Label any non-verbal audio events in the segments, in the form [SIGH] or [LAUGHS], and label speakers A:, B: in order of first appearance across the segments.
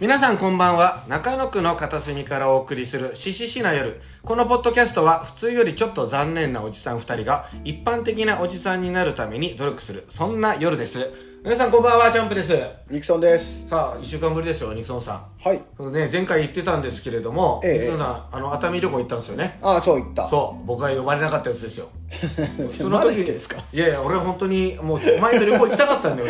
A: 皆さんこんばんは中野区の片隅からお送りする「しししな夜」このポッドキャストは普通よりちょっと残念なおじさん2人が一般的なおじさんになるために努力するそんな夜です皆さんこんばんはチャンプです
B: ニクソンです。
A: さあ1週間ぶりですよニクソンさん
B: はい。
A: そのね前回言ってたんですけれども、
B: え
A: ニ
B: え
A: クソンさんあの熱海旅行行ったんですよね
B: ああ、そう言った。
A: そう僕が呼ばれなかったやつ
B: [LAUGHS]
A: ですよそ
B: まだ言ってんですか
A: いやいや俺は本当にもうお前と旅行行きたかったんだよ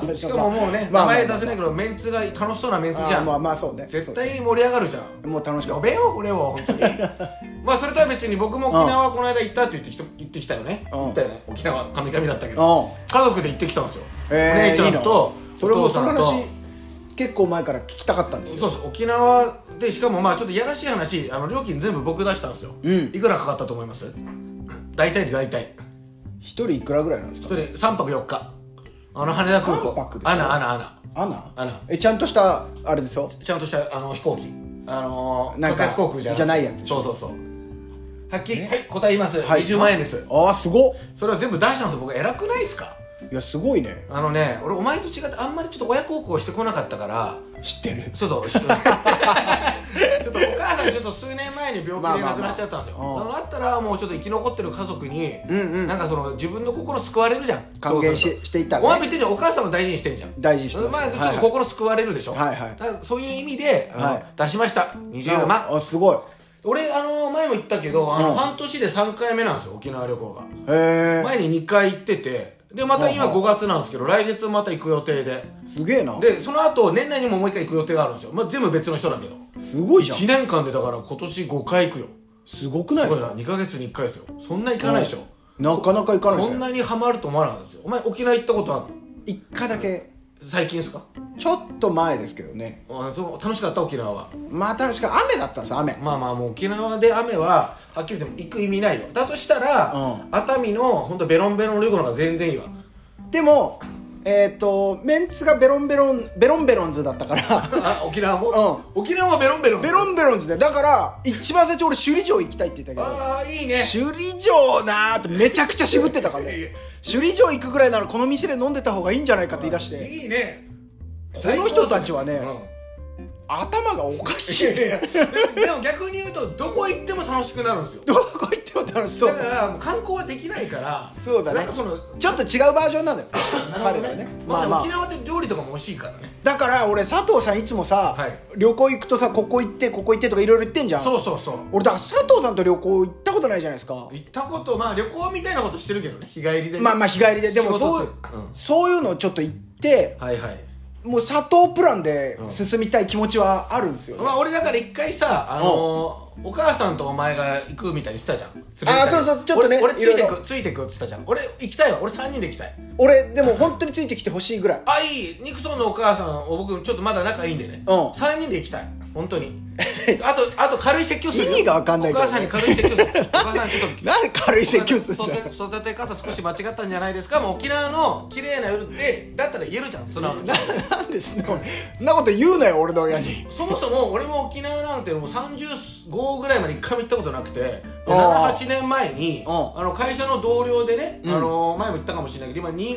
A: 俺
B: [LAUGHS]
A: はしかももうね
B: ま
A: 名
B: あまあ
A: 前出せないけどメンツが楽しそうなメンツじゃ
B: ああ
A: ん
B: まあまあそうね。
A: 絶
B: そう
A: 対盛り上がるじゃん
B: ねもう楽しか
A: 呼
B: っ
A: べよ俺は本当
B: [LAUGHS]
A: にまあそれとは別に僕も沖縄この間行ったって言ってきた言ってきたよね
B: うん
A: 行ったよね沖縄神々だったけ
B: た。
A: ど
B: うん。
A: 家族で行ってきたんですよお
B: え
A: 姉
B: ー
A: ちゃん
B: いい
A: と
B: のそれ
A: お
B: も
A: 父
B: そ
A: さ
B: の
A: んと
B: 話結構前から聞きたかったんです
A: そ
B: よ。
A: うそう沖縄でしかもまあちょっといやらしい話あの料金全部僕出したんですよ
B: うん
A: いくらかかったと思います大体で大体
B: 一人いくらぐらいなんです
A: 一
B: か。
A: 人3泊4日あの羽田空港
B: 三泊ですか
A: アナアナアナ
B: アナ。
A: アナ
B: えちゃんとしたあれですよ。
A: ちゃんとしたあの飛行機あのー、
B: なん
A: 格
B: か
A: 安航空じゃ
B: じゃないやつでし
A: そう
B: ょ
A: そうそうはっきりはい答え言います、
B: はい。
A: 20万円です
B: ああすごっ。
A: それは全部出したんですよ僕偉くないですか
B: いやすごいね。
A: あのね俺お前と違ってあんまりちょっと親孝行してこなかったから
B: 知ってる。
A: ちょっと
B: [LAUGHS]
A: ちょっとお母さんちょっと数年前に病気で
B: ま
A: 亡
B: あまあまあ
A: くなっちゃったんですよ、
B: うん
A: だったらもうちょっと生き残ってる家族に、
B: うんうん
A: なんかその自分の心救われるじゃん
B: 還元し
A: そうそうそう
B: していったらね
A: お前も言ってんじゃんお母さんも大事にしてんじゃん
B: 大事にしてます
A: まあ、ちょっ
B: はい
A: と
B: はい
A: 心救われるでしょ
B: はいは
A: だ
B: い
A: からそういう意味で、あの
B: はい
A: 出しました20万
B: ああすごい。
A: 俺あの前も言ったけどあ
B: う
A: の
B: ん
A: 半年で3回目なんですよ沖縄旅行が
B: へえ。
A: 前に2回行っててでまた今
B: はあはあ
A: 5月なんですけど来月また行く予定です
B: げえな。
A: でその後年内にももう1回行く予定があるんですよ、まあ、全部別の人だけど
B: すごいじゃん
A: 1。年間でだから今年5回行くよ
B: すごくない
A: す
B: で
A: ご
B: す
A: いな
B: か。
A: 2ヶ月に1回ですよそんな行かないでしょ
B: なかなか行かないです
A: こん
B: ね。
A: なにハマると思わなかったですよお前沖縄行ったことあるの
B: 一回だけ
A: 最近ですか
B: ちょっと前ですけどね。
A: あそう楽しかった沖縄は
B: まあ確か雨だったんですよ雨。
A: まあまあもう沖縄で雨ははっきり言っても行く意味ないよだとしたら、
B: う
A: 熱海の本当ベロンベロンの旅行の方が全然いいわ
B: でもえっ、とメンツがベロンベロンベロンベロンズだったから [LAUGHS]
A: あ沖縄も、沖縄はベロンベロン
B: ベロンベロンズでだから一番最初俺首里城行きたいって言ったけど
A: ああいいね
B: 首里城なーってめちゃくちゃ渋ってたからね首里城行くぐらいならこの店で飲んでた方がいいんじゃないかって言い出して
A: いいね
B: この人たちはね
A: 最高
B: 頭がおかしい
A: ですねうんいやいやででも逆に言うとどこ行っても楽しくなるんですよ
B: どこ行っても楽しそ
A: だ
B: う
A: からもう観光はできないから
B: そうだね
A: なんかその
B: ちょっと違うバージョンなんだよ彼らはね
A: ま
B: ま
A: あ、
B: あま
A: 沖
B: あ
A: 縄って料理とかも美味しいからね
B: だから俺佐藤さんいつもさ、
A: はい
B: 旅行行くとさここ行ってここ行ってとかいろいろ言ってんじゃん
A: そうそうそう
B: 俺だから佐藤さんと旅行行ったことないじゃないですか
A: 行ったことまあ旅行みたいなことしてるけどね日帰りで
B: まあまあ日帰りででも
A: 仕事
B: そ
A: する
B: う,、
A: うん
B: そういうのをちょっと行って
A: はいはい
B: もう佐藤プランで
A: うん
B: 進みたい気持ちはあるんですよ、ね
A: まあ俺だから一回さあのーお母さんとお前が行くみたいにしてたじゃん連れてったり
B: あーそうそうちょっとね
A: 俺俺ついて
B: いろい
A: く
B: ろ
A: ついてくって言ったじゃん俺行きたいわ俺3人で行きたい
B: 俺でも本当についてきてほしいぐらい
A: あいいニクソンのお母さんを僕ちょっとまだ仲いいんでね、
B: うん
A: 3人で行きたい本
B: [LAUGHS]
A: 当にあとあと軽い説教するよ
B: 意味がわかんない
A: お
B: けど
A: 母さんに軽い説
B: [LAUGHS]
A: 教するお母さんちょっと
B: なんで軽い説教するんだよ
A: 育て育て方少し間違ったんじゃないですかもう沖縄の綺麗な夜でだったら言えるじゃん素直に
B: な [LAUGHS] なんでそんなことそんなこと言うなよ俺の親に
A: そもそも俺も沖縄なんてもう35ぐらいまで一回も行ったことなくて
B: あー
A: 78年前にあ
B: うん
A: の会社の同僚でね、
B: うん
A: あの前も言ったかもしれないけど今新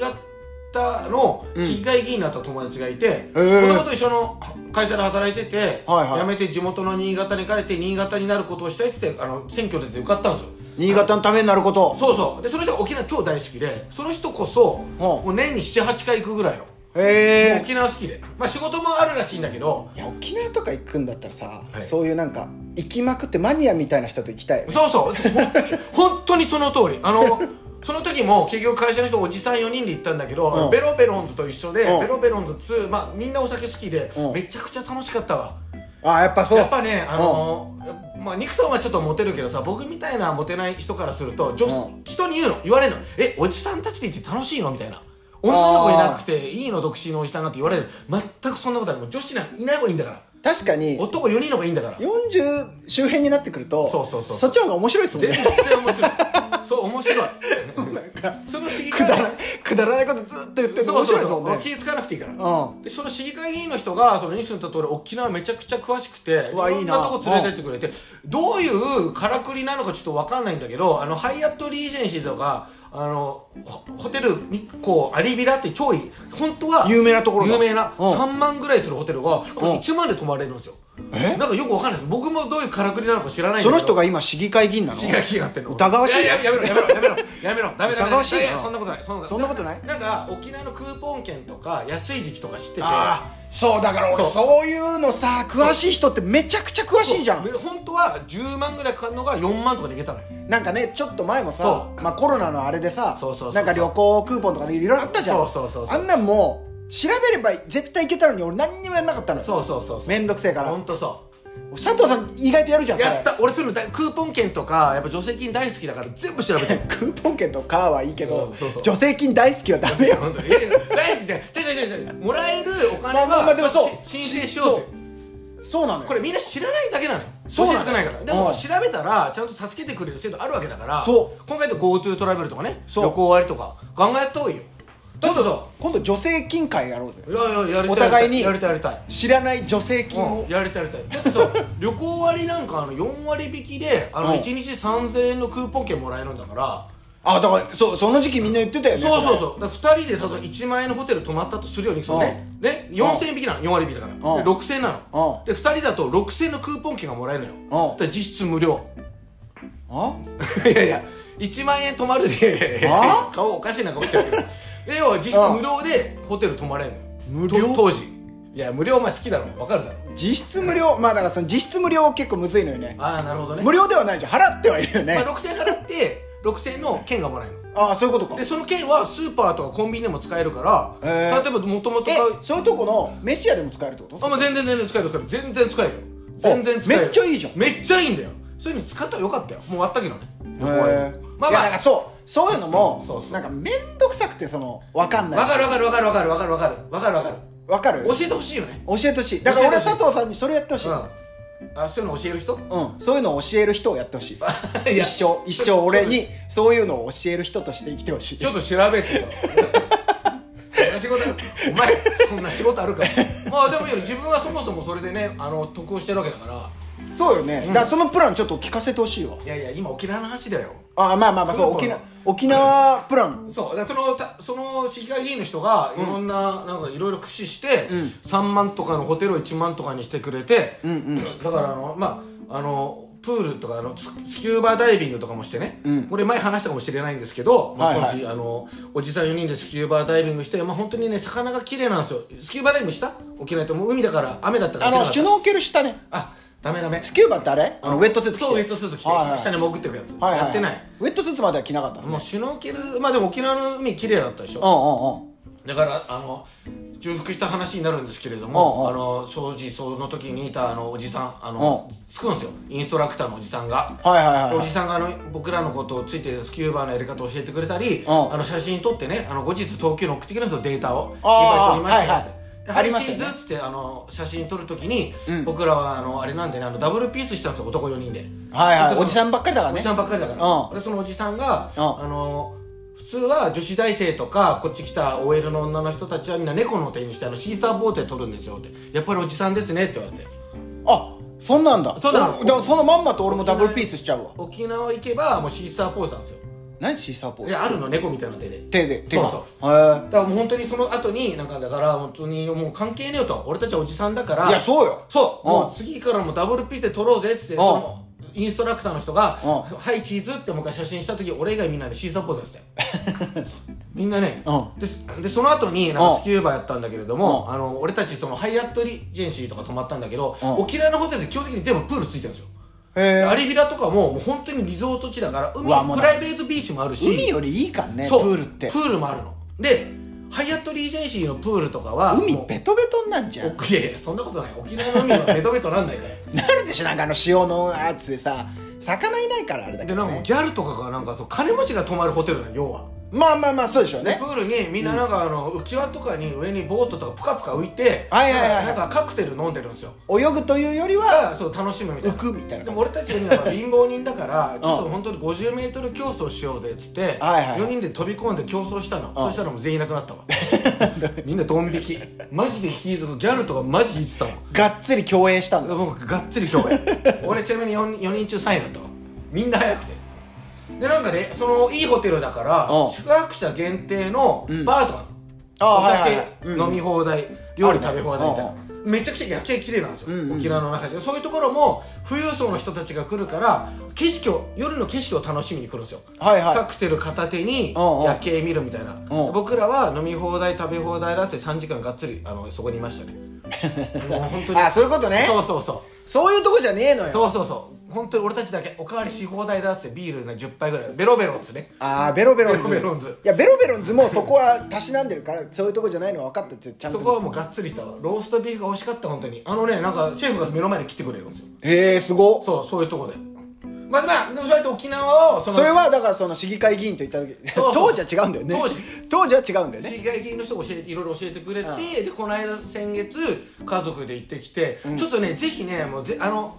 A: 潟の市議会議員になった友達がいて、
B: ー
A: 子供と一緒の会社で働いてて、
B: はいはい
A: 辞めて地元の新潟に帰って新潟になることをしたいって言ってあの選挙出て受かったんですよ
B: [LAUGHS] 新潟のためになること
A: そうそうでその人が沖縄超大好きでその人こそ、もう年に78回行くぐらいの、
B: へ
A: もう
B: え
A: 沖縄好きで、まあ、仕事もあるらしいんだけど
B: いや沖縄とか行くんだったらさ、
A: はい
B: そういうなんか行きまくってマニアみたいな人と行きたいよね
A: そうそう本当に本当にその通りあのその時も結局会社の人おじさん4人で行ったんだけど、
B: うん
A: ベロベロンズと一緒で、
B: うん
A: ベロベロンズ2、まあ、みんなお酒好きで、
B: うん
A: めちゃくちゃ楽しかったわ
B: あやっぱそう
A: やっぱねあのまあ、ニクソンはちょっとモテるけどさ僕みたいなモテない人からすると女、
B: うん
A: 人に言うの言われるのえおじさんたちでいて楽しいのみたいな女の子いなくていいの独身のおじさんがって言われる全くそんなことないもう女子なんかいない方がいいんだから
B: 確かに
A: 男4人の方がいいんだから
B: 40周辺になってくると
A: そうそうそう
B: そっちの方が面白いですもん
A: 全
B: ね
A: 然面白いそう面白いその市議
B: く
A: 会
B: だらくだらないことずっと言ってるの面白いですもんね
A: 気付かなくていいから
B: う
A: でその市議会議員の人がそのニュースにとって俺沖縄めちゃくちゃ詳しくて
B: うわ
A: ろんない
B: いな
A: とこ連れてってくれてどういうからくりなのかちょっと分かんないんだけどあのハイアットリージェンシーとかあのホホテル日光有ビラって超いい本当は
B: 有名なところだ
A: 有名な
B: うん
A: 3万ぐらいするホテルが
B: ん
A: 1万で泊まれるんですよ
B: え
A: なんかよくわかんない僕もどういうからくりなのか知らないんだ
B: そ
A: けど
B: の人が今市議会議員なの
A: 死が気になってんの
B: 疑わしい
A: やややめろやめろやめろやめろダメダメ
B: 疑わしいな
A: ややそんなことないそんな
B: そんなことない
A: なんか沖縄のクーポン券とか安い時期とか知ってて
B: ああそうだから
A: そ
B: 俺そうういうのさ詳しい人ってめちゃくちゃ詳しいじゃん
A: そう本当は10万ぐらいかかるのが4万とかでいけたのよ
B: なんかねちょっと前もさ
A: そ、
B: まあ、コロナのあれでさ
A: そうそうそうそう
B: なんか旅行クーポンとかねいろいろあったじゃん
A: そうそうそうそう
B: あんなんもう調べれば絶対いけたのに俺何にもやんなかったのよ
A: そうそうそうそう
B: めんどくせえから
A: 本当そ
B: 佐藤さん意外とやるじゃん
A: う
B: それ
A: やった俺そういうの大クーポン券とかやっぱ助成金大好きだから全部調べて
B: [LAUGHS]
A: る
B: クーポン券とカーはいいけど、
A: うんそうそう
B: 助成金大好きはダメよ
A: 本当にいやいや大好きじゃんちょいちょいちょいちょいもらえるお金
B: まあ
A: は
B: まあまあでもそう
A: し申請しようって
B: そうそうなのよ
A: これみんな知らないだけなのよ
B: そうな
A: 教え
B: の
A: てくれないからで
B: う
A: も
B: ん
A: 調べたらちゃんと助けてくれる制度あるわけだから
B: そう
A: 今回で GoTo トラベルとかね
B: そう
A: 旅行割とか考えた方がいいよだってさ
B: 今度助成金会やろうぜ
A: いやいややりたい
B: お互いに
A: やりたいやりたい
B: 知らない助成金を、
A: やりたいやりたいだってさ [LAUGHS] 旅行割なんかあの4割引きであの
B: うん
A: 1日3000円のクーポン券もらえるんだから
B: あだからそうその時期みんな言ってたよね
A: そうそう
B: う
A: そうだから2人でさ1万円のホテル泊まったとするようにそのねね4000円引きなの4割引きだからで
B: うん
A: 6000円なの
B: うん
A: で2人だと6000円のクーポン券がもらえるのよ
B: うん
A: で実質無料
B: あ
A: [LAUGHS] いやいや1万円泊まるで
B: あ
A: [LAUGHS] 顔おかしいな顔してるけどで要は実質無料でホテル泊まれるのよ
B: 無料
A: と当時いや無料お前好きだろ分かるだろ
B: 実質無料まあだからその実質無料結構むずいのよね
A: ああなるほどね
B: 無料ではないじゃん払ってはいるよね、
A: まあ、6000円払って6000円の券がもらえるの
B: ああそういうことか
A: でその券はスーパーとかコンビニでも使えるから、
B: へー
A: 例えばもともと
B: え
A: 買う
B: そういうとこのメシアでも使えるってこと
A: あ、まあ、全然全然使える使える全然使えるよ全然使える
B: めっちゃいいじゃん
A: めっちゃいいんだよそういうの使ったらよかったよもうあったけどね
B: へえ
A: まあ
B: いや
A: ま
B: だ
A: あ
B: からそうそういうのも、
A: うんそうそう
B: なんか面倒くさくてその分かんない
A: わ
B: し
A: かるわかるわかるわかるわかるわかるわかるわかる
B: わかる
A: 教えてほしいよね
B: 教えてほしいだから俺
A: 教えてほしい
B: 佐藤さんにそれやってほしい、うん
A: うんあそういうの教える人
B: そういうのを教える人をやってほしい
A: [LAUGHS] い
B: 一
A: や
B: 生一生俺にそういうのを教える人として生きてほしい
A: ちょっと調べてよそんな仕事あるお前そんな仕事あるかまあでもより自分はそもそもそれでねあの得をしてるわけだから
B: そうよね、だからそのプランちょっと聞かせてほしいわ
A: いやいや今沖縄の話だよ
B: あまあまあまあそう
A: そう
B: 沖
A: そう
B: 縄沖縄プラン
A: そうだからそのたその市議会議員の人がいろんな、なんかいろいろ駆使して、3万とかのホテルを1万とかにしてくれて、
B: うんうん
A: だからあのまああのプールとかあのススキューバダイビングとかもしてね、これ前話したかもしれないんですけど、まあ
B: はいはい
A: 当時あのおじさん4人でスキューバダイビングして、まあ、本当にね魚が綺麗なんですよスキューバダイビングした沖縄ってもう海だから雨だったか
B: あ
A: ら
B: の
A: し
B: シ
A: て
B: ュ
A: なかった
B: ノーケルしたね
A: あダメダメ
B: スキューバってあれあのウェットスーツ着て
A: そうウェットスーツ着て、
B: はいはい
A: 下に潜ってくやつ、
B: はいはい
A: やってない
B: ウェットスーツまでは着なかったです
A: もう
B: ね
A: シュノーケルまあでも沖縄の海綺麗だったでしょ
B: うんうんうん
A: だからあの重複した話になるんですけれども
B: お
A: あ
B: う
A: の掃除その時にいたあのおじさんあの
B: おう
A: つくんですよインストラクターのおじさんが。
B: はいはいはい
A: お
B: は
A: じ
B: い
A: さんがあの僕らのことをついてスキューバーのやり方を教えてくれたり
B: おう
A: あの写真撮ってねあの後日東急の送ってきるんですよデータをいっぱい撮
B: あー
A: りましたよって
B: はいはい
A: で
B: ありますよね
A: 配信図っつってあの写真撮るときに、
B: うん
A: 僕らはあのあれなんでねあのダブルピースしたんですよ男4人で
B: はいはい
A: その
B: おじさんばっかりだから
A: お
B: ね
A: じさんばっかりだから、
B: うん
A: でそのおじさんが、
B: うん
A: あの普通は女子大生とかこっち来た OL の女の人たちはみんな猫の手にしてあのシーサーボーテ取るんですよってやっぱりおじさんですねって言われて
B: あそんなんだ
A: そうなの
B: 俺だからそのまんまと俺もダブルピースしちゃうわ
A: 沖縄行けばもうシーサーポーズなんですよ
B: 何シーサーポー
A: い
B: ズ
A: やあるの猫みたいな手で
B: 手で手が
A: そう
B: へ
A: だからもう本当にその後になんかだから本当にもう関係ねえよと俺たちはおじさんだから
B: えいやそうよ
A: そう
B: うん
A: もう次からもダブルピースで撮ろうぜっつって
B: ん
A: そのインストラクターの人が「
B: う
A: はいチーズ」ってもう一回写真した時俺以外みんなでシーサーポーズして
B: [LAUGHS]
A: たよみんなね、
B: う
A: ですでその後になん
B: うん
A: かスキューバやったんだけれども、あの俺たちそのハイアットリジェンシーとか泊まったんだけど、
B: うん
A: 沖縄のホテルで基本的に全部プールついてるんですよ、
B: へ
A: ア
B: え
A: リビラとかももう本当にリゾート地だから
B: うわ
A: 海
B: もう
A: プライベートビーチもあるし
B: 海よりいいからねプ
A: そう
B: ールって
A: プールもあるのでハイアットリージェンシーのプールとかは
B: 海
A: もう
B: ベトベトになんじゃん
A: おいやいやそんなことない沖縄の海はベトベトなんないから
B: なるでしょなんかあの塩のやつでさ魚いないからあれだけ
A: で
B: ど、
A: なんかもう
B: ね、
A: ギャルとかがなんかそう金持ちが泊まるホテルなの要は、
B: まあまあまあそうでしょう
A: で
B: ね
A: プールにみんななんかあの浮き輪とかに上にボートとかプカプカ浮いて
B: はいはいはいはい
A: なんかカクテル飲んでるんですよ
B: 泳ぐというよりは
A: がそう楽しむみたい
B: 浮
A: な
B: くみたいな
A: で
B: 感
A: も俺たちみんなは貧乏人だからちょっと本当に 50m 競争しようぜっつって
B: はいはい
A: 4人で飛び込んで競争したの
B: あ
A: そしたらもう全員いなくな
B: [LAUGHS]
A: ったわみんなドン引きマジで聞いてたギャルとかマジ聞いてたもん
B: じがっつり共演したんだ [LAUGHS]
A: 僕がっつり今日俺ちなみに 4, 人中3位だったわみんな早くてでなんかねそのいいホテルだから
B: うん
A: 宿泊者限定の
B: うん
A: バーとか、
B: あ
A: お
B: はいはいはい
A: 酒飲み放題、料理食べ放題みたいな
B: あ、
A: めちゃくちゃ夜景綺麗なんですよ、
B: うんうん
A: 沖縄の中でそういうところも富裕層の人たちが来るから景色を夜の景色を楽しみに来るんですよ
B: はい
A: カ
B: は
A: クテル片手に
B: うんうん
A: 夜景見るみたいな
B: うん
A: 僕らは飲み放題食べ放題らせ3時間がっつりあのそこにいま
B: [LAUGHS]
A: したねもう本当
B: い
A: に
B: あそういうことね
A: そうそうそう
B: そういうとこじゃねえのよ
A: そうそうそう本当に俺たちだけおかわりし放題だっつってビールな10杯ぐらいベロベロですね
B: あーベロベロンズ
A: ベロベロンズ
B: いやベロベロンズもそこはたしなんでるからそういうとこじゃないのは分かったってちゃん
A: そことはもうがっつりしたわローストビーフが美味しかった本当にあのねなんかシェフが目の前で来てくれるんですよ
B: へえすごっ
A: そうそういうとこでまあまあでもそうやって沖縄をその
B: それはだからその市議会議員と言った時
A: そう
B: 当時は違うんだよね
A: 当時
B: 当時は違うんだよね
A: 市外議員の人が教えていろいろ教えてくれて、
B: うん
A: でこの間先月家族で行ってきて、ちょっとねぜひねもうぜあの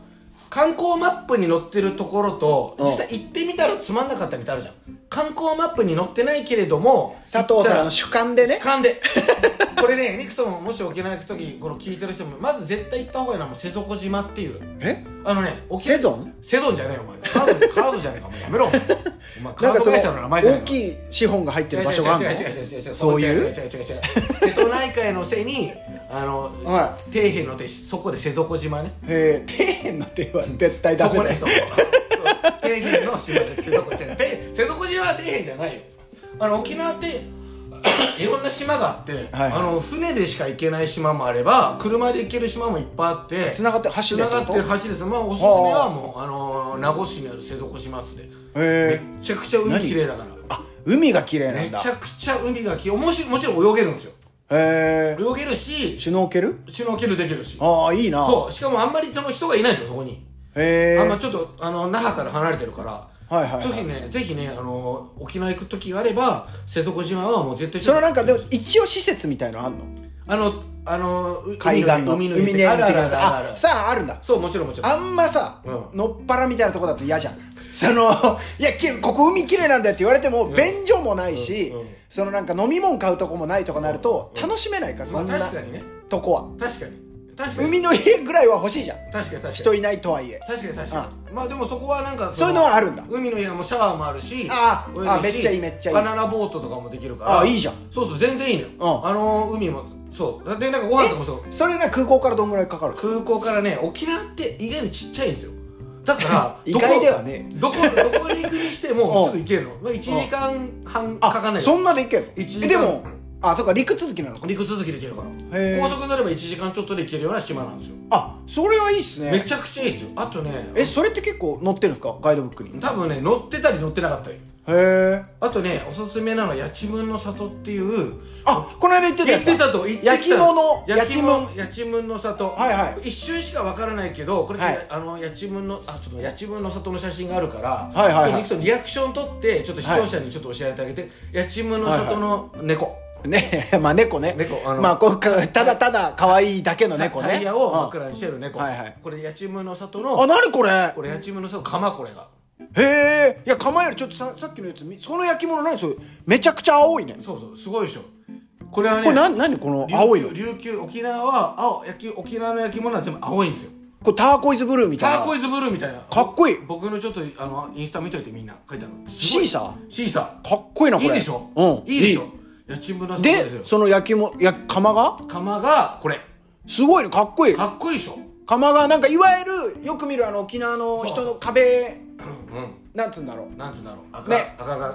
A: 観光マップに載ってるところと、
B: うん
A: 実際行ってみたらつまんなかったみたいあるじゃん観光マップに載ってないけれども
B: 佐藤さんの
A: 主
B: 主観でね
A: 観で [LAUGHS] これねニクソンももし沖縄行く時この聞いてる人もまず絶対行った方がいいのはもう瀬底島っていう
B: え
A: あのね沖
B: セゾン
A: セドンじゃねえよお前カードカードじゃねえかもうやめろお前お前カ
B: [LAUGHS] なん
A: ー
B: か
A: ド
B: その
A: 会社の名前じゃねえ
B: 大
A: か
B: きい資本が入っ
A: 違う違う違う違う違う違う
B: てる場所があるの
A: 違う
B: そういう
A: 違う違う違う違う瀬戸内海のせにあの
B: は
A: 底辺の手そこで瀬底島 [LAUGHS] ね
B: へえ底辺の手は絶対
A: そ
B: ダメ
A: こね
B: だよ
A: そこそう底辺の島で瀬 [LAUGHS] 戸内島て瀬戸島は底辺じゃないよあの沖縄って [COUGHS] いろんな島があって、
B: はい
A: あの船でしか行けない島もあれば車で行ける島もいっぱいあって
B: 繋がってる橋で
A: 繋
B: って
A: がって
B: こ
A: る
B: と
A: 橋ですまあおすすめはもうあの名護市にある瀬戸島っすねめ
B: へえ
A: っちゃくちゃ海
B: 何
A: 綺麗だから
B: あ海が綺麗な
A: め
B: ん
A: ち
B: だ
A: ゃくちゃ海がきもしもちろん泳げるんですよ
B: へえ
A: 泳げるし
B: シュノーケル
A: シュノーケルできるし
B: ああいいな
A: そうしかもあんまりその人がいないんですよそこに、
B: へえ
A: あんまちょっとあの那覇から離れてるから、
B: はいはい
A: ぜ
B: は
A: ひ
B: い
A: ねぜひねあの沖縄行く時があれば瀬戸島はもう絶対
B: そのなんかでも一応施設みたいのあんの
A: あのあのう
B: 海岸の
A: 海
B: 海
A: の
B: の
A: 家
B: 家
A: 海
B: 的
A: の家
B: な
A: あるあるあ
B: や
A: る
B: つ
A: あるある
B: あさああるんだ
A: そうもちろんもちろん
B: あんまさ、
A: う
B: のっぱらみたいなとこだと嫌じゃんそのいやきここ海綺麗なんだよって言われても、便所もないし、
A: うんうん
B: そのなんか飲み物買うとこもないとかなると、楽しめないからそん
A: ま
B: な
A: あ、確かにね
B: とこは
A: 確かに確かに
B: 海の家ぐらいは欲しいじゃん
A: 確かに確かに
B: 人いないとはいえ
A: 確かに確かにまあでもそこはなんか
B: そういうのはあるんだ
A: 海の家もシャワーもあるし
B: あー
A: 泳げるし
B: あめっちゃいいめっちゃいい
A: バナナボートとかもできるから
B: あーいいじゃん
A: そうそう全然いいのよ、
B: うん
A: あのー海もそうでなんかご飯とかもそう
B: それが空港からどんぐらいかかるか
A: 空港からね沖縄って意外にちっちゃいんですよだから
B: [LAUGHS] 意外ではね
A: どこどこどこに行くにしても
B: うん
A: すぐ行けるの、まあ、1時間半かかんない
B: そんなでいける
A: 一時間
B: でもあそっか陸続きなのか
A: 陸続きで行けるから
B: へー
A: 高速になれば1時間ちょっとで行けるような島なんですよ
B: あそれはいいっす
A: め
B: ね
A: ちゃくちゃいいですよあとね
B: えそれって結構載ってるんですかガイドブックにへ
A: 多分ね乗ってたり乗ってなかったり
B: え
A: あとねおすすめなのは八千分の里っていう
B: あこの間言ってた
A: 言
B: や
A: っ
B: つ
A: てたと言ってた
B: 焼き物
A: 焼き物
B: 焼
A: 八千分の里
B: はいは
A: 一瞬しかわからないけどこれ、
B: はい
A: あの八千分のあちょっと八千分の里の写真があるから
B: はいはいはい
A: ちょっとニクソンリアクション取ってちょっと視聴者にちょっと教えてあげて、八千分の里の猫、
B: ね [LAUGHS] まあ猫ね
A: 猫あの
B: まあこうかただただ可愛いだけの猫ね
A: タイヤを
B: うん
A: 枕にしてる猫、
B: はいはい
A: これ八千分の里
B: あ
A: の
B: 何これ
A: これ八千分の里釜これが
B: へえいや構えよりちょっとささっきのやつみその焼き物何それめちゃくちゃ青いね
A: そうそうすごいでしょこれはね
B: これ何何この青いの
A: 琉球琉球沖縄は青焼き沖縄の焼き物は全部青いんですよ
B: これターコイズブルーみたいな
A: ターコイズブルーみたいな
B: かっこいい
A: 僕のちょっとあのインスタ見といてみんな書いてあるすごい
B: シーサ
A: シーサ
B: かっこいいな
A: ー
B: こ
A: い
B: れ
A: いでしょ
B: うん
A: いいでしょ家賃分の
B: いいでその焼き物や釜が
A: 釜がこれ
B: すごいねかっこいい
A: かっこいいでしょ
B: 釜がなんかいわゆるよく見るあの沖縄の人の壁
A: う
B: なんつうんだろうん
A: なんつうんだろう赤、
B: ね
A: 赤が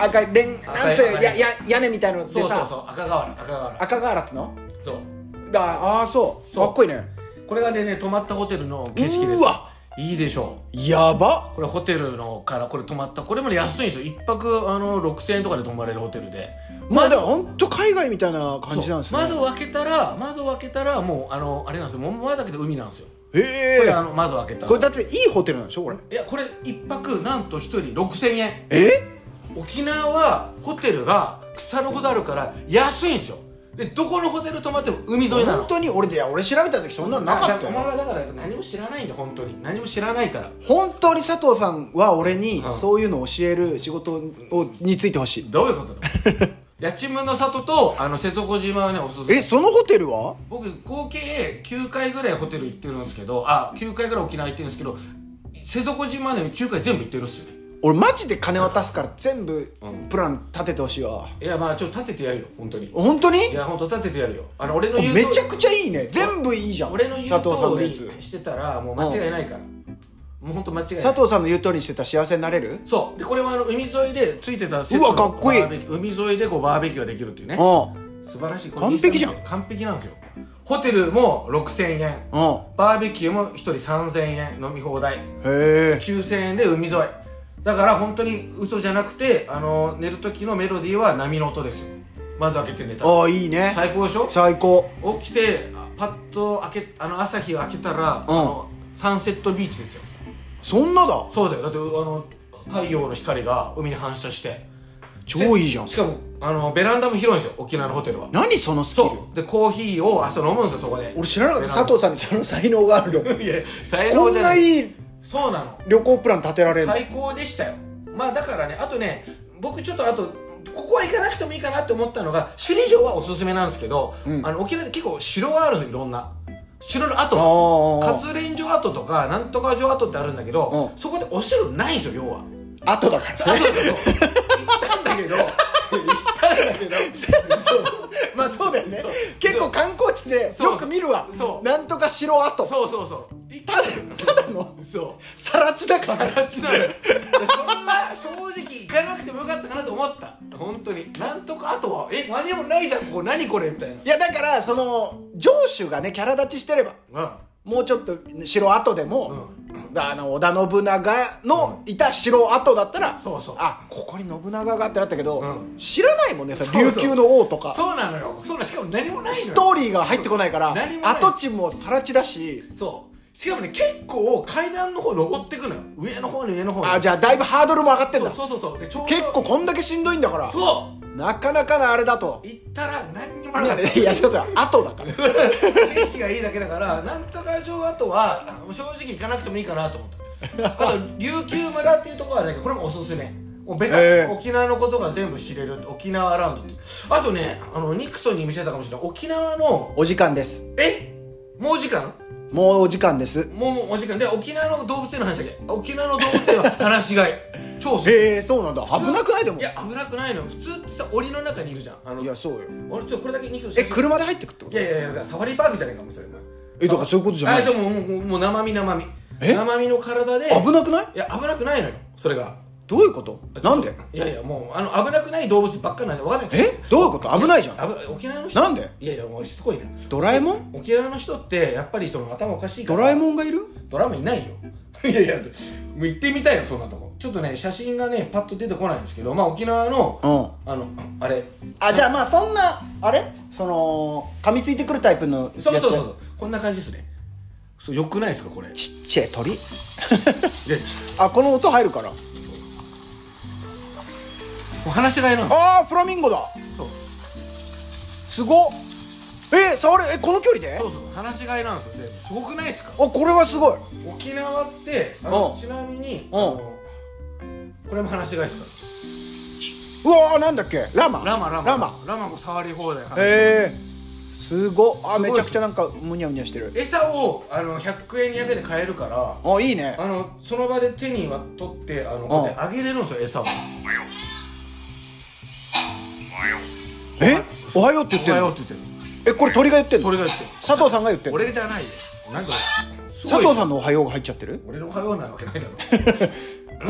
A: 赤
B: 赤いレン
A: 赤い
B: なんつう
A: 赤い
B: やや屋根みたいの
A: そ
B: で
A: うそう
B: さ
A: そう赤瓦赤瓦
B: 赤瓦っての
A: そう
B: だああそう
A: そう
B: かっこいいね
A: これがねね泊まったホテルの景色です
B: うわ
A: いいでしょう
B: やば
A: これホテルのからこれ泊まったこれもね安いんですよ一泊あの6000円とかで泊まれるホテルで
B: まあでもほんと海外みたいな感じなんですね
A: 窓を開けたら窓を開けたらもうあのあれなんですよもう窓開けて海なんですよ
B: へ
A: これ
B: え
A: あの窓開けたら
B: これだっていいホテルなんでしょこれ
A: いやこれ一泊なんと一人6000円
B: え
A: 沖縄はホテルが腐るほどあるから安いんですよでどこのホテル泊まっても海沿いなの
B: 本当に俺でいや俺調べた時そんなのなかった
A: お前
B: よ
A: はだから何も知らないんだよ本当に何も知らないから
B: 本当に佐藤さんは俺に
A: うん
B: そういうの教える仕事をについてほしい
A: どういうこと
B: [LAUGHS]
A: だ八千分の里とあの瀬戸小島はねおすすめ
B: えそのホテルは
A: 僕合計9回ぐらいホテル行ってるんですけどあ9回ぐらい沖縄行ってるんですけど瀬底島ね9回全部行ってるっすね
B: 俺マジで金渡すから全部
A: うん
B: プラン立ててほしいわ
A: いやまあちょっと立ててやるよ本当にい
B: 本当に
A: や本当立ててやるよあの俺の言う
B: めちゃ
A: ち
B: くちゃいいね全部いいじゃん
A: 俺の言う
B: 佐藤さんのや
A: 通
B: つ
A: りしてたらもう間違いないからもう本当間違いない
B: 佐藤さんの言う通りにしてたら幸せになれる
A: そうでこれはあの海沿いでついてたセ
B: うわかっこいい
A: バーベキュー海沿いでこうバーベキューができるっていうね
B: うん
A: 素晴らしい
B: 完璧じゃん
A: これ完璧なんですよホテルも6000円
B: うん
A: バーベキューも1人3000円飲み放題
B: へえ
A: 9000円で海沿いだから本当に嘘じゃなくてあの寝る時のメロディーは波の音ですよ窓開けて寝たら
B: ああいいね
A: 最高でしょ
B: 最高
A: 起きてあパッと開けあの朝日を開けたら、
B: うん
A: あのサンセットビーチですよ
B: そんなだ
A: そうだよだってうあの太陽の光が海に反射して
B: 超いいじゃん
A: しかもあのベランダも広いんですよ沖縄のホテルは
B: 何そのスキル
A: そうでコーヒーを朝飲むんですよそこで
B: 俺知らなかった佐藤さんにその才能があるよ
A: いや最
B: こ
A: 高
B: ん
A: じゃ
B: な
A: ない
B: いい
A: そうなの
B: 旅行プラン立てられるの
A: 最高でしたよまあだからねあとね僕ちょっとあとここは行かなくてもいいかなって思ったのが首里城はおすすめなんですけど、
B: うん
A: あの沖縄で結構城があるんですよいろんな城の跡
B: あ
A: 活連城跡とかなんとか城跡ってあるんだけど、
B: うん
A: そこでお城ないんですよ要は
B: あ後だか
A: あと
B: ら
A: だと
B: ね
A: 行ったんだけど行ったんだけど
B: [LAUGHS] まあそうだよね結構観光地で
A: そう
B: よく見るわ
A: そう
B: なんとか城跡
A: そうそうそう行ったんだけど
B: ただの
A: そう
B: 更地だから
A: 形なのよそんな正直行かなくてもよかったかなと思った本当になんとかあとはえ何もないじゃんここ何これみたい
B: いやだからその城主がねキャラ立ちしてれば
A: なうん
B: もうちょっと城跡でも、あの織田信長のいた城跡だったら、
A: そうそう
B: あここに信長がってなったけど、
A: うん
B: 知らないもんねその
A: そうそう
B: 琉球の王とか
A: そうなのよそうなのしかも何もないのよ
B: ストーリーが入ってこないから
A: 何もない
B: 跡地も更地だし
A: そうしかもね結構階段の方登ってくのよ上の方に上の方に
B: あじゃあだいぶハードルも上がってんだ
A: そうそうそうそうでちょうど
B: 結構こんだけしんどいんだから
A: そう
B: なかなかなあれだと
A: 行ったら何にも
B: い
A: なか
B: や
A: った
B: [LAUGHS] いやそうだ跡だから
A: 景色がいいだけだからなんとか城跡はあの正直行かなくてもいいかなと思ったあと琉球村っていうところはねこれもおすすめもうベタ、
B: へえ
A: 沖縄のことが全部知れる沖縄ラウンドってあとねあのニクソンに見せたかもしれない沖縄の
B: お時間です
A: えもう時間
B: もうお時間です
A: もうお時間で沖縄の動物園の話だっけ沖縄の動物園は話しが
B: [LAUGHS]
A: い超好き
B: へえそうなんだ危なくないでも
A: いや危なくないのよ普通ってさ檻の中にいるじゃんあの
B: いやそうよ
A: 俺ちょっとこれだけニクソン
B: え車で入ってくってこ
A: い
B: と
A: やいやいやサファリパークじゃねえかもそれお前
B: えだからそういうことじゃな
A: あ
B: い
A: じゃあもうもうもうもう生身生身
B: え
A: 生身の体で
B: 危なくない
A: いや危なくないのよそれが
B: どういうことなんで
A: いやいやもうあの危なくない動物ばっかりなんでわかんない
B: えどういうこと危ないじゃん
A: 危沖縄の人
B: なんで
A: いやいやもうしつこいな
B: ドラえもん
A: 沖縄の人ってやっぱりその頭おかしいか
B: ド
A: ら
B: ラえ
A: ん
B: もんがいる
A: ドラマいないよ [LAUGHS] いやいやもう行ってみたいよそんなとこちょっとね写真がねパッと出てこないんですけどまあ沖縄の
B: うん
A: あのあれ
B: あじゃあまあそんなあれその噛みついてくるタイプのやつ
A: そうそうそうそうこんな感じですねそうよくないですかこれ
B: ちっちゃい鳥
A: でち
B: あこの音入るから
A: もう話しがいなの
B: あーフラミンゴだ
A: そう
B: すごっえ触れえこの距離であ
A: そうそう話しがいなんですよですごくないですか
B: これはすごい
A: 沖縄ってあの
B: うん
A: ちなみに
B: うん
A: あのこれも話しがいですか
B: うわーなんだっけラマ
A: らラマラマ
B: ラマ
A: ラマも触り放題話し
B: へえすごっあ
A: すごい
B: めちゃくちゃなんかむにゃむにゃしてる
A: 餌をあの100円200円で買えるから
B: あいいね
A: あのその場で手には取ってあのこうやってあげれるんですよ餌を
B: えおはようって言って
A: おは
B: る
A: よう
B: の
A: って言ってる
B: えこれ鳥が言ってんの
A: 鳥が言ってる
B: 佐藤さんが言ってんの
A: 俺じゃないよなんかすご
B: 佐
A: い
B: 藤さんの「おはよう」が入っちゃってる
A: 俺のおはようなわけないだろ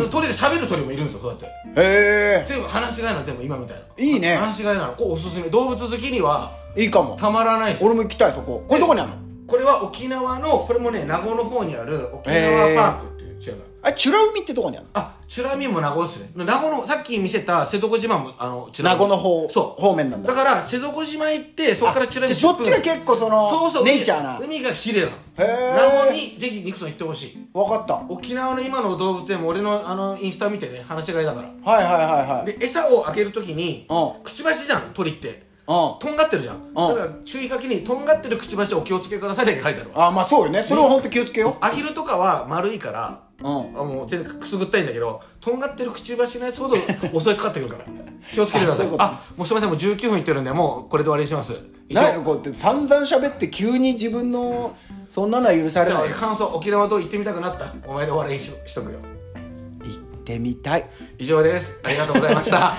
A: 鳥で喋る鳥もいるんですよそうやって
B: へ
A: 全部話しがいなの全部今みたいない
B: いね
A: 話しがいなのこうおすすめ動物好きには
B: えいいかも
A: たまらないです
B: 俺も行きたいそここれどこにあるの
A: これは沖縄のこれもね名護の方にある沖縄パークっていう違うな
B: あチュラ海ってとこにあるの
A: あチュラミも名護ですね名護のさっき見せた瀬戸内島もあのチュラ
B: 名
A: ミ
B: 護の方
A: そう
B: 方面なん
A: だか
B: だ
A: ら瀬戸内島行ってそこからチュラミ
B: じゃあそっちが結構そ
A: そうそ
B: の
A: う
B: ネイチャーな
A: 海海が綺麗なの
B: へー
A: 名護にぜひニクソン行ってほしい
B: 分かった
A: 沖縄の今の動物園も俺のあのインスタ見てね話し合いだか
B: はいはいはいは
A: ら
B: い
A: で餌をあげるときに
B: うん
A: くちばしじゃん鳥って
B: うん
A: とんがってるじゃんだから注意書きにとんがってるくちばしお気をつけくださいって書いてあるわ
B: あまあそうよねそれは本当気をつけよ
A: アヒルとかは丸いから
B: ううん
A: あもう手でくすぐったいんだけどとんがってるくちばしのやつほど襲いかかってくるから
B: [LAUGHS]
A: 気をつけてください
B: あそういう
A: あ
B: こと
A: もうすみませんもう19分いってるんでもうこれで終わりにします以上
B: 何よこうやって散々喋って急に自分のそんなのは許され
A: じゃ
B: な
A: あ
B: い
A: 感想沖縄どう行ってみたくなったお前で終わりにししとくよ
B: いってみたい [LAUGHS]
A: 以上ですありがとうございました